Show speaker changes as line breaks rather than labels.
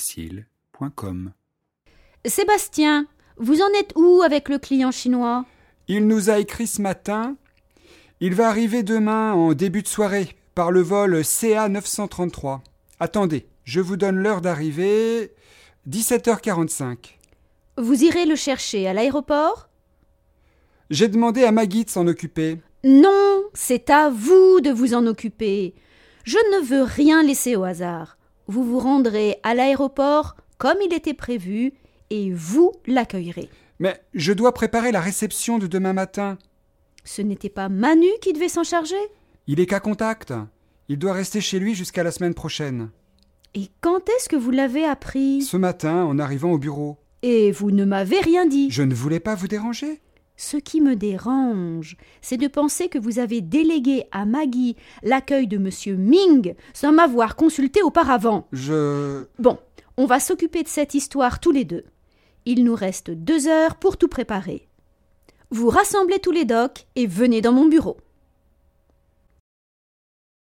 podcastfrancaisfacile.com
Sébastien, vous en êtes où avec le client chinois
Il nous a écrit ce matin. Il va arriver demain en début de soirée par le vol CA 933. Attendez, je vous donne l'heure d'arrivée. 17h45.
Vous irez le chercher à l'aéroport
J'ai demandé à Maggie de s'en occuper.
Non, c'est à vous de vous en occuper. Je ne veux rien laisser au hasard. Vous vous rendrez à l'aéroport comme il était prévu et vous l'accueillerez.
Mais je dois préparer la réception de demain matin.
Ce n'était pas Manu qui devait s'en charger
Il est qu'à contact. Il doit rester chez lui jusqu'à la semaine prochaine.
Et quand est-ce que vous l'avez appris
Ce matin, en arrivant au bureau.
Et vous ne m'avez rien dit.
Je ne voulais pas vous déranger.
Ce qui me dérange, c'est de penser que vous avez délégué à Maggie l'accueil de monsieur Ming sans m'avoir consulté auparavant.
Je.
Bon, on va s'occuper de cette histoire tous les deux. Il nous reste deux heures pour tout préparer. Vous rassemblez tous les docs et venez dans mon bureau.